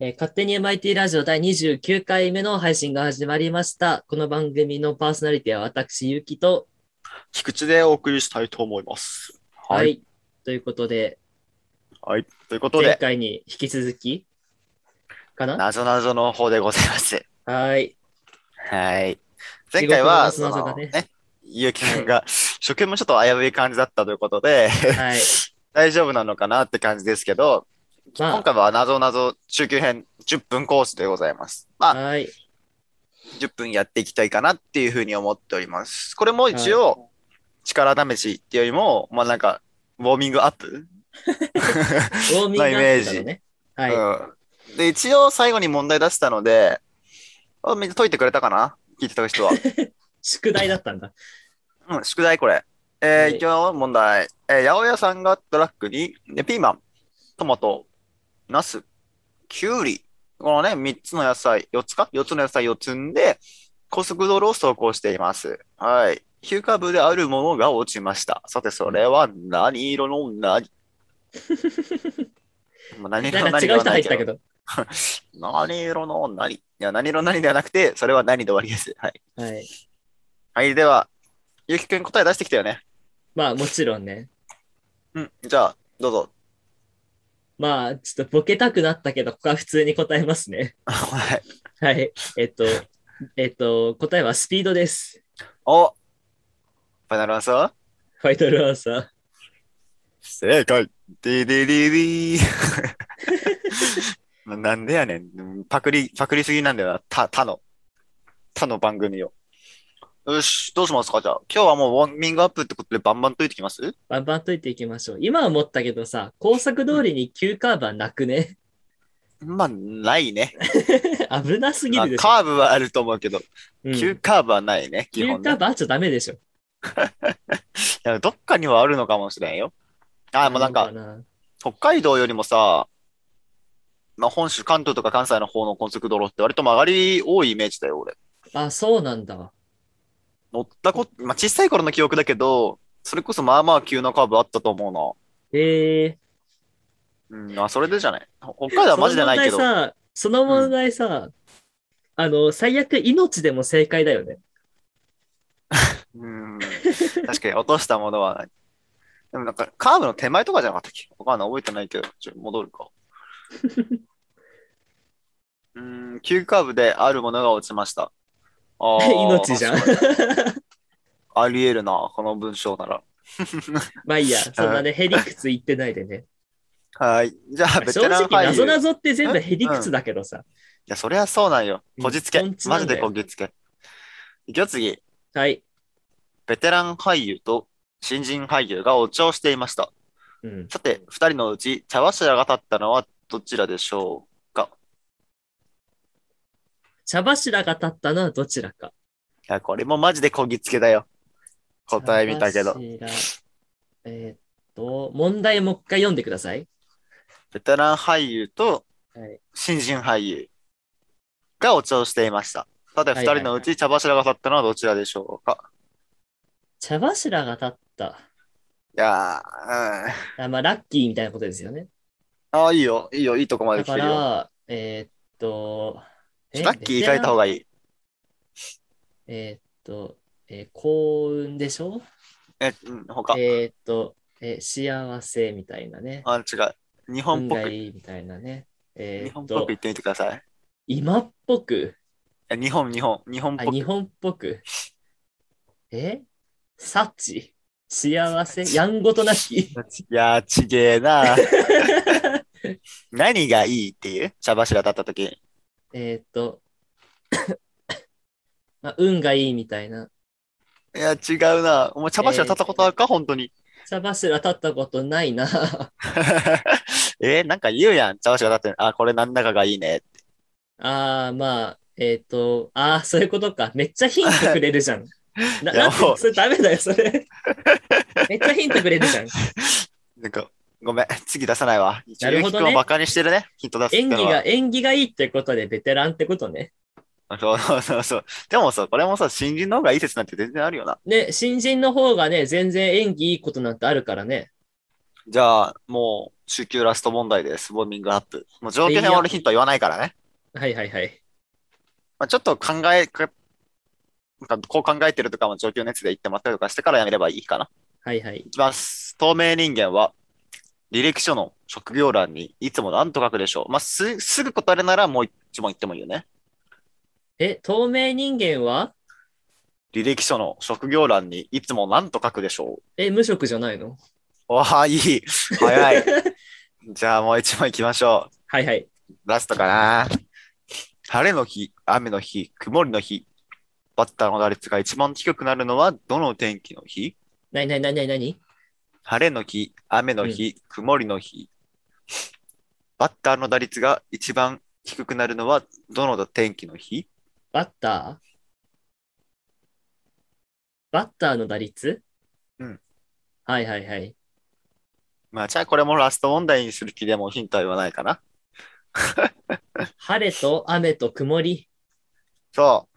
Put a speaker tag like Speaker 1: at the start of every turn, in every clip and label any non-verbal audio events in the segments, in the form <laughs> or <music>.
Speaker 1: えー勝手に MIT ラジオ第29回目の配信が始まりました。この番組のパーソナリティは私、ゆきと、
Speaker 2: 菊池でお送りしたいと思います。
Speaker 1: は、
Speaker 2: はいい。
Speaker 1: ということで、
Speaker 2: はい。ということ
Speaker 1: 前
Speaker 2: で、
Speaker 1: 回に引き続き、かな
Speaker 2: なぞなぞの方でございます。
Speaker 1: はい。
Speaker 2: はい。前回は、
Speaker 1: 仕事の謎々がね
Speaker 2: そのゆうきくんが、初見もちょっと危うい感じだったということで、 <laughs>
Speaker 1: はい。
Speaker 2: 大丈夫なのかなって感じですけど、今
Speaker 1: ま
Speaker 2: 回はなぞなぞ中級編10分コースでございます。
Speaker 1: あ、
Speaker 2: まあ、
Speaker 1: はい。
Speaker 2: 10分やっていきたいかなっていうふうに思っております。これも一応、力試しっていうよりも、まあなんか、ウォーミングアップ
Speaker 1: ウォーミングアップなのね。はい。
Speaker 2: うん、で一応最後に問題出したので、あみんな解いてくれたかな聞いて
Speaker 1: <laughs>
Speaker 2: た人は。
Speaker 1: 宿題だった
Speaker 2: <laughs>
Speaker 1: んだ。
Speaker 2: うん、宿題これ。え
Speaker 1: は
Speaker 2: ー、
Speaker 1: い
Speaker 2: いきま問題。えー、八百屋さんがトラックに、でピーマン、トマト、ナス、キュウリ、このね、3つの野菜、4つか ?4 つの野菜を積んで、高速道路を走行しています。はい。急カーブであるものが落ちました。さて、それは何色の
Speaker 1: <laughs>
Speaker 2: 何もう何色
Speaker 1: な
Speaker 2: の
Speaker 1: んか違
Speaker 2: 何で
Speaker 1: う
Speaker 2: は
Speaker 1: 人
Speaker 2: な
Speaker 1: 入
Speaker 2: い
Speaker 1: っ
Speaker 2: け
Speaker 1: て
Speaker 2: ど
Speaker 1: たけ。ど。
Speaker 2: 何色の何いや、何色の何ではなくて、それは何で終わりです。はい。
Speaker 1: はい。
Speaker 2: はい、では、ゆうきくん答え出してきたよね。
Speaker 1: まあ、もちろんね。
Speaker 2: うん、じゃあ、どうぞ。 <laughs>
Speaker 1: まあ、ちょっとボケたくなったけど、ここは普通に答えますね。
Speaker 2: はい。
Speaker 1: はい。えっと、えっと、答えはスピードです。
Speaker 2: おファイナルアンサー
Speaker 1: ファイトルアンサー。
Speaker 2: 正解デデデディー <laughs> なんでやねん。パクリ、パクリすぎなんだよな。他、他の。他の番組を。よし、どうしますかじゃあ、今日はもうウォーミングアップってことでバンバン解いてきます
Speaker 1: バンバン解いていきましょう。今は思ったけどさ、高速通りに急カーブはなくね。
Speaker 2: <laughs> まあ、ないね。
Speaker 1: 危なすぎ
Speaker 2: まあ
Speaker 1: るでしょ。
Speaker 2: カーブはあると思うけど、
Speaker 1: うん
Speaker 2: 急カーブはないね、基
Speaker 1: 急
Speaker 2: 本ね
Speaker 1: カー。ブあっちゃダメでしょ。
Speaker 2: いやどっかにはあるのかもしれんよ。ああ、もうなん
Speaker 1: る
Speaker 2: か、
Speaker 1: のな。
Speaker 2: 北海道よりもさ、まあ、本州、関東とか関西の方の高速道路って割と曲がり多いイメージだよ、俺。
Speaker 1: あ、そうなんだ。
Speaker 2: 乗ったこ、まあ、小さい頃の記憶だけど、それこそまあまあ急なカーブあったと思
Speaker 1: ええ
Speaker 2: うな。うん、あ、それでじゃない。ほ北海道はマジでないけど
Speaker 1: そ。の問題さ、その問題さ、あの、最悪命でも正解だよね。
Speaker 2: うん、確かに落としたものはない。でもなんか、カーブの手前とかじゃなかったっけわかんない、覚えてないけど、ちょ、戻
Speaker 1: <laughs>
Speaker 2: るか。うん、急カーブであるものが落ちました。あ
Speaker 1: <laughs>
Speaker 2: ー
Speaker 1: 命じゃん。
Speaker 2: あり得るな、この文章なら。
Speaker 1: まあいいや、そんなね、へりくつ言ってないでね。
Speaker 2: はい。じゃあ、ベ
Speaker 1: 正
Speaker 2: テラン
Speaker 1: 直、
Speaker 2: 俳
Speaker 1: なぞ
Speaker 2: 優。い
Speaker 1: なぞって全部へりくつだけどさ。
Speaker 2: や、そりゃそうなんよ。こじつけ
Speaker 1: うん本。当なん
Speaker 2: マジ
Speaker 1: だ
Speaker 2: で
Speaker 1: よ
Speaker 2: こじつけ。いくよ、次。
Speaker 1: はい。
Speaker 2: ベテラン俳優と新人俳優がお茶をしていました。
Speaker 1: うん。
Speaker 2: さて、二人のうち茶柱が立ったのはどちらでしょ
Speaker 1: 茶柱が立ったのはどちらか。
Speaker 2: ういや、これもマジでこぎつけだよ。答え見たけ
Speaker 1: 茶
Speaker 2: ど。
Speaker 1: 柱。えーっと、問題もう一回読んでください。
Speaker 2: ベテラン俳優と
Speaker 1: はい。
Speaker 2: 新人俳優がお茶をしていました。さて、
Speaker 1: は
Speaker 2: 二
Speaker 1: いはい
Speaker 2: 人のうち茶柱が立ったのはどちらでしょうか
Speaker 1: 茶柱が立った。
Speaker 2: いやー、うん。
Speaker 1: あまあ、ラッキーみたいなことですよね。
Speaker 2: ああ、いいよ、いいよ、いいとこまで
Speaker 1: だ
Speaker 2: 来
Speaker 1: か
Speaker 2: てるよ。
Speaker 1: ら、えーっと、え
Speaker 2: ラッキー書いた方がいい。
Speaker 1: えーっと、えー幸運でしょ
Speaker 2: え、うん、他。
Speaker 1: えーっと、えー幸せみたいなね。
Speaker 2: あ、違う。日本っ
Speaker 1: 運
Speaker 2: ぽ
Speaker 1: が
Speaker 2: く、
Speaker 1: いいみたいなね。
Speaker 2: 日
Speaker 1: えー
Speaker 2: 本
Speaker 1: っ
Speaker 2: っぽく
Speaker 1: と
Speaker 2: 言っ、てみてください。
Speaker 1: 今っぽく、
Speaker 2: え日本、日本、日本っ
Speaker 1: あ
Speaker 2: ぽく。
Speaker 1: 日本っぽく。え幸幸せやんごとな
Speaker 2: <laughs>
Speaker 1: き。
Speaker 2: いやー、ちげえ
Speaker 1: <laughs>
Speaker 2: な。何がいいっていう茶柱立った時。
Speaker 1: えーっと、まあ、運がいいみたいな。
Speaker 2: いや、違うな。お前、茶柱立ったことあるか、本当に。 <laughs>
Speaker 1: 茶柱立ったことないな。 <laughs>
Speaker 2: えーなんか言うやん。茶柱立って、あ、これなんだかがいいね。
Speaker 1: ああ、まあ、えっ、と、ああ、そういうことか。めっちゃヒントくれるじゃ
Speaker 2: <laughs>
Speaker 1: ん。な、
Speaker 2: い
Speaker 1: な
Speaker 2: や
Speaker 1: んて
Speaker 2: もう
Speaker 1: それダメだよ、そ
Speaker 2: <laughs>
Speaker 1: れ。めっちゃヒントくれるじゃん。
Speaker 2: なんか、ごめん。次出さないわ。
Speaker 1: なるほどね
Speaker 2: ゆうきくんをバカにしてるね。ヒント出すって
Speaker 1: 演
Speaker 2: の
Speaker 1: 技
Speaker 2: は
Speaker 1: が、。演技がいいってことでベテランってことね。
Speaker 2: そうそうそうそう。でもさ、これもさ、新人の方がいい説なんて全然あるよな。
Speaker 1: ね、新人の方がね、全然演技いいことなんてあるからね。
Speaker 2: じゃあ、もう、週休ラスト問題です。ウォーミングアップ。もう状況に俺ヒントは言わないからね。
Speaker 1: はいはいはい。
Speaker 2: まあ、ちょっと考え、かなんかこう考えてるとかも状況のやつで言ってもらったりとかしてからやめればいいかな。
Speaker 1: はいはい。
Speaker 2: いきます。透明人間は、履歴書の職業欄にいつも何と書くでしょう。まあ、す、すぐ答えるならもう一問言ってもいいよね。
Speaker 1: え、透明人間は
Speaker 2: 履歴書の職業欄にいつも何と書くでしょう。
Speaker 1: え、無職じゃないの
Speaker 2: わあ、いい。早い。じゃあもう一問行きましょ
Speaker 1: はいはい。
Speaker 2: う。ラストかな。晴れの日、雨の日、曇りの日。バッターの打率が一番低くなるのはどの天気の日
Speaker 1: なになになになになに
Speaker 2: 晴れの日、雨の日、曇りの日。バッターの打率が一番低くなるのはどの天気の日
Speaker 1: バッターバッターの打率
Speaker 2: うん。
Speaker 1: はいはいはい。
Speaker 2: まあ、じゃあこれもラスト問題にする気でもヒントは言わないかな。
Speaker 1: 晴れと雨と曇り。
Speaker 2: そ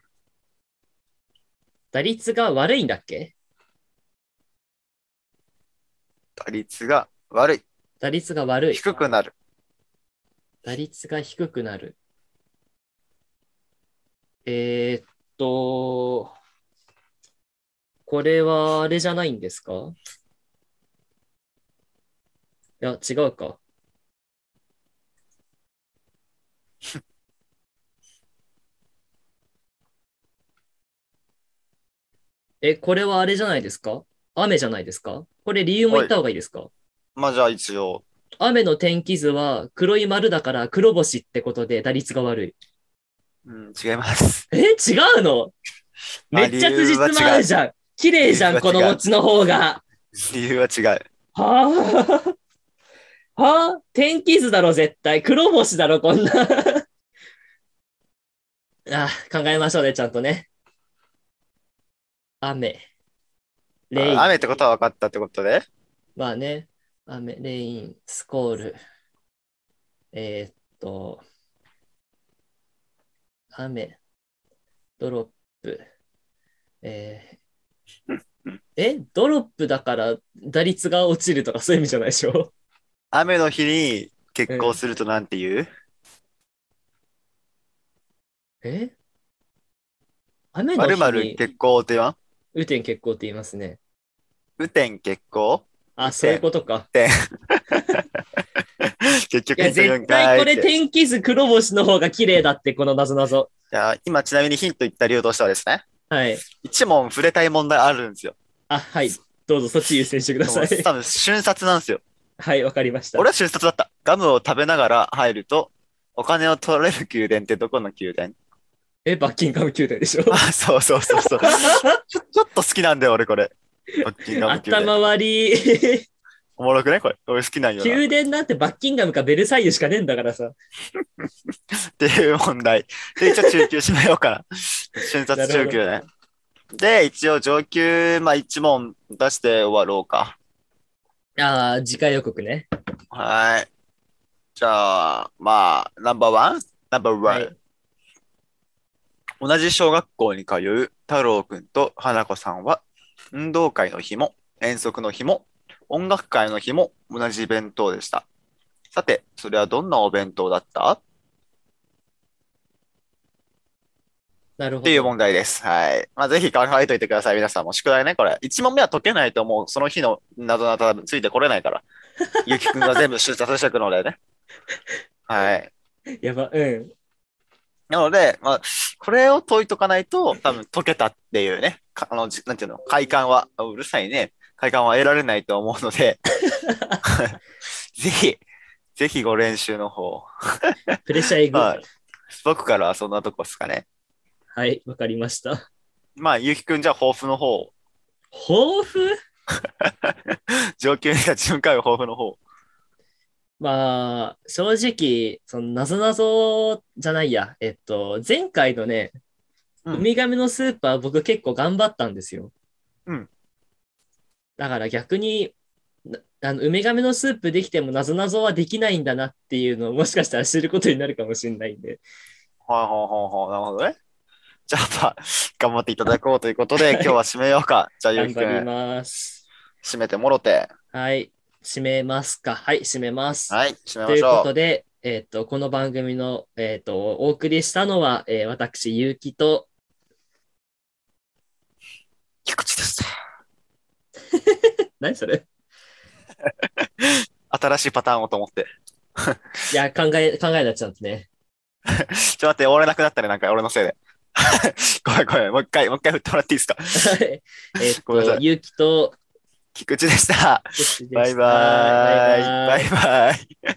Speaker 1: 打率が悪いんだっけ
Speaker 2: う、打率が悪い。
Speaker 1: 打率が悪い。
Speaker 2: 低くなる。
Speaker 1: 打率が低くなる。えーっと、これはあれじゃないんですかいや、違うか。 <laughs> え、これはあれじゃないですか雨じゃないですかこれ理由も言った方がいいですか
Speaker 2: まあ、じゃあ一応、
Speaker 1: 雨の天気図は黒い丸だから黒星ってことで打率が悪い。
Speaker 2: うん、違います。 <laughs>
Speaker 1: え、違うのめっちゃ辻褄合うじゃん。綺麗じゃん、
Speaker 2: 理由
Speaker 1: こ
Speaker 2: は違う
Speaker 1: のオチの方が。
Speaker 2: 理由は違う。
Speaker 1: はあ。はあ。天気図だろ、絶対。黒星だろ、こんな。 <laughs> あ、考えましょうね、ちゃんとね。雨。レイン。
Speaker 2: 雨ってことは分かったってことで、
Speaker 1: まあね、雨、レイン、スコール。えーっと、雨、ドロップ。えーえ、ドロップだから打率が落ちるとかそういう意味じゃないでしょ
Speaker 2: 雨の日に結婚するとなんて言う、
Speaker 1: え雨の
Speaker 2: ま
Speaker 1: 日
Speaker 2: る
Speaker 1: に
Speaker 2: まる結婚って言わん
Speaker 1: 雨天決行って言いますね。
Speaker 2: 雨天結婚
Speaker 1: あ、そういうことか。
Speaker 2: 結局
Speaker 1: いや、
Speaker 2: 言うん
Speaker 1: 絶
Speaker 2: か
Speaker 1: 対
Speaker 2: い
Speaker 1: こ
Speaker 2: って
Speaker 1: れ天気図黒星の方が綺麗だって、この謎謎。
Speaker 2: じゃあ今ちなみにヒント言った理由としてはですね、
Speaker 1: はい。
Speaker 2: 一問触れたい問題あるんですよ。
Speaker 1: あ、はい。どうぞそっち優先してく
Speaker 2: で
Speaker 1: だ
Speaker 2: も
Speaker 1: さい。
Speaker 2: 多分瞬殺なんですよ。
Speaker 1: はい、わかりました。
Speaker 2: 俺は瞬殺だった。ガムを食べながら入ると、お金を取られる宮殿ってどこの
Speaker 1: <laughs>
Speaker 2: 宮殿
Speaker 1: え、バッキンガム宮殿でしょ
Speaker 2: あ、そうそうそう
Speaker 1: <laughs>
Speaker 2: そう。ちょちょっと好きなんだよ、俺これ。バッキンガム宮殿。
Speaker 1: 頭割り。
Speaker 2: おもろくねこれ。俺好きなんよな。
Speaker 1: 宮殿なんてバッキンガムかベルサイユしかねえんだからさ。
Speaker 2: っていう問題。で、一応中級しまようか
Speaker 1: <laughs>
Speaker 2: な。瞬殺中級ね。で、一応上級、まあ一問出して終わろうか。
Speaker 1: ああ、次回予告ね。
Speaker 2: はーい。じゃあ、まあ、ナンバーワンナンバーワ
Speaker 1: は
Speaker 2: ン。
Speaker 1: い
Speaker 2: 同じ小学校に通う太郎くんと花子さんは、運動会の日も、遠足の日も、音楽会の日も同じ弁当でした。さて、それはどんなお弁当だった
Speaker 1: なるほ
Speaker 2: っていう
Speaker 1: ど。
Speaker 2: 問題です。はい。まあ、ぜひ考えといてください。皆さんも宿題ね、これ。1問目は解けないともう、その日の謎なたついてこれないから。ゆきくんが全部出発してくの
Speaker 1: <laughs>
Speaker 2: でね。はい。
Speaker 1: やば、うん。
Speaker 2: なので、まあ、これを解いとかないと、多分解けたっていうね、かあの、じなんていうの、快感は、あうるさいね、快感は得られないと思う
Speaker 1: <laughs>
Speaker 2: ので、ぜひ、ぜひご練習の方。
Speaker 1: プレッシャーエグ。
Speaker 2: は。
Speaker 1: はい
Speaker 2: 僕からはそんなとこですかね。
Speaker 1: い、わかりました。
Speaker 2: まあ、ゆきくんじゃあ抱負の方、
Speaker 1: 抱負
Speaker 2: 上級が順回抱負の方。
Speaker 1: まあ、正直、その、なぞなぞじゃないや。えっと、前回のね、
Speaker 2: うん
Speaker 1: ウミガメのスーパー、僕結構頑張ったんですよ。
Speaker 2: うん。
Speaker 1: だから逆に、なあのウミガメのスープできてもなぞなぞはできないんだなっていうのをもしかしたら知ることになるかもしれないんで。
Speaker 2: はいはいはいはい、なるほどね。じゃあ、まあ、頑張っていただこうとい
Speaker 1: <laughs>
Speaker 2: うことで、今日は締めようか。じゃあ、ゆ
Speaker 1: 頑
Speaker 2: うき
Speaker 1: 張
Speaker 2: く
Speaker 1: り
Speaker 2: ん、
Speaker 1: ます。
Speaker 2: 締めてもろて。
Speaker 1: はい。締めますか。はい、締めます。
Speaker 2: はい、締め
Speaker 1: と
Speaker 2: ま
Speaker 1: いう
Speaker 2: し
Speaker 1: こ
Speaker 2: ょ
Speaker 1: とで、えっ、と、この番組の、えっ、と、お送りしたのは、えー私、ゆうきと、
Speaker 2: う。菊池です。
Speaker 1: 何それ
Speaker 2: 新しいパターンをと思って。
Speaker 1: いや、考え、考えなっちゃうとね。 <laughs>
Speaker 2: ちょっと待って、俺なくなったね、なんか俺のせいで。 <laughs> ごめんごめん、もう一回、もう一回振ってもらっていいですか。
Speaker 1: はいえっ
Speaker 2: ごめんな
Speaker 1: と、
Speaker 2: さ
Speaker 1: ゆうきと、
Speaker 2: 菊池でした。
Speaker 1: よしでした
Speaker 2: バイバ
Speaker 1: バイ
Speaker 2: ーイ。
Speaker 1: バーイ
Speaker 2: バイバイ。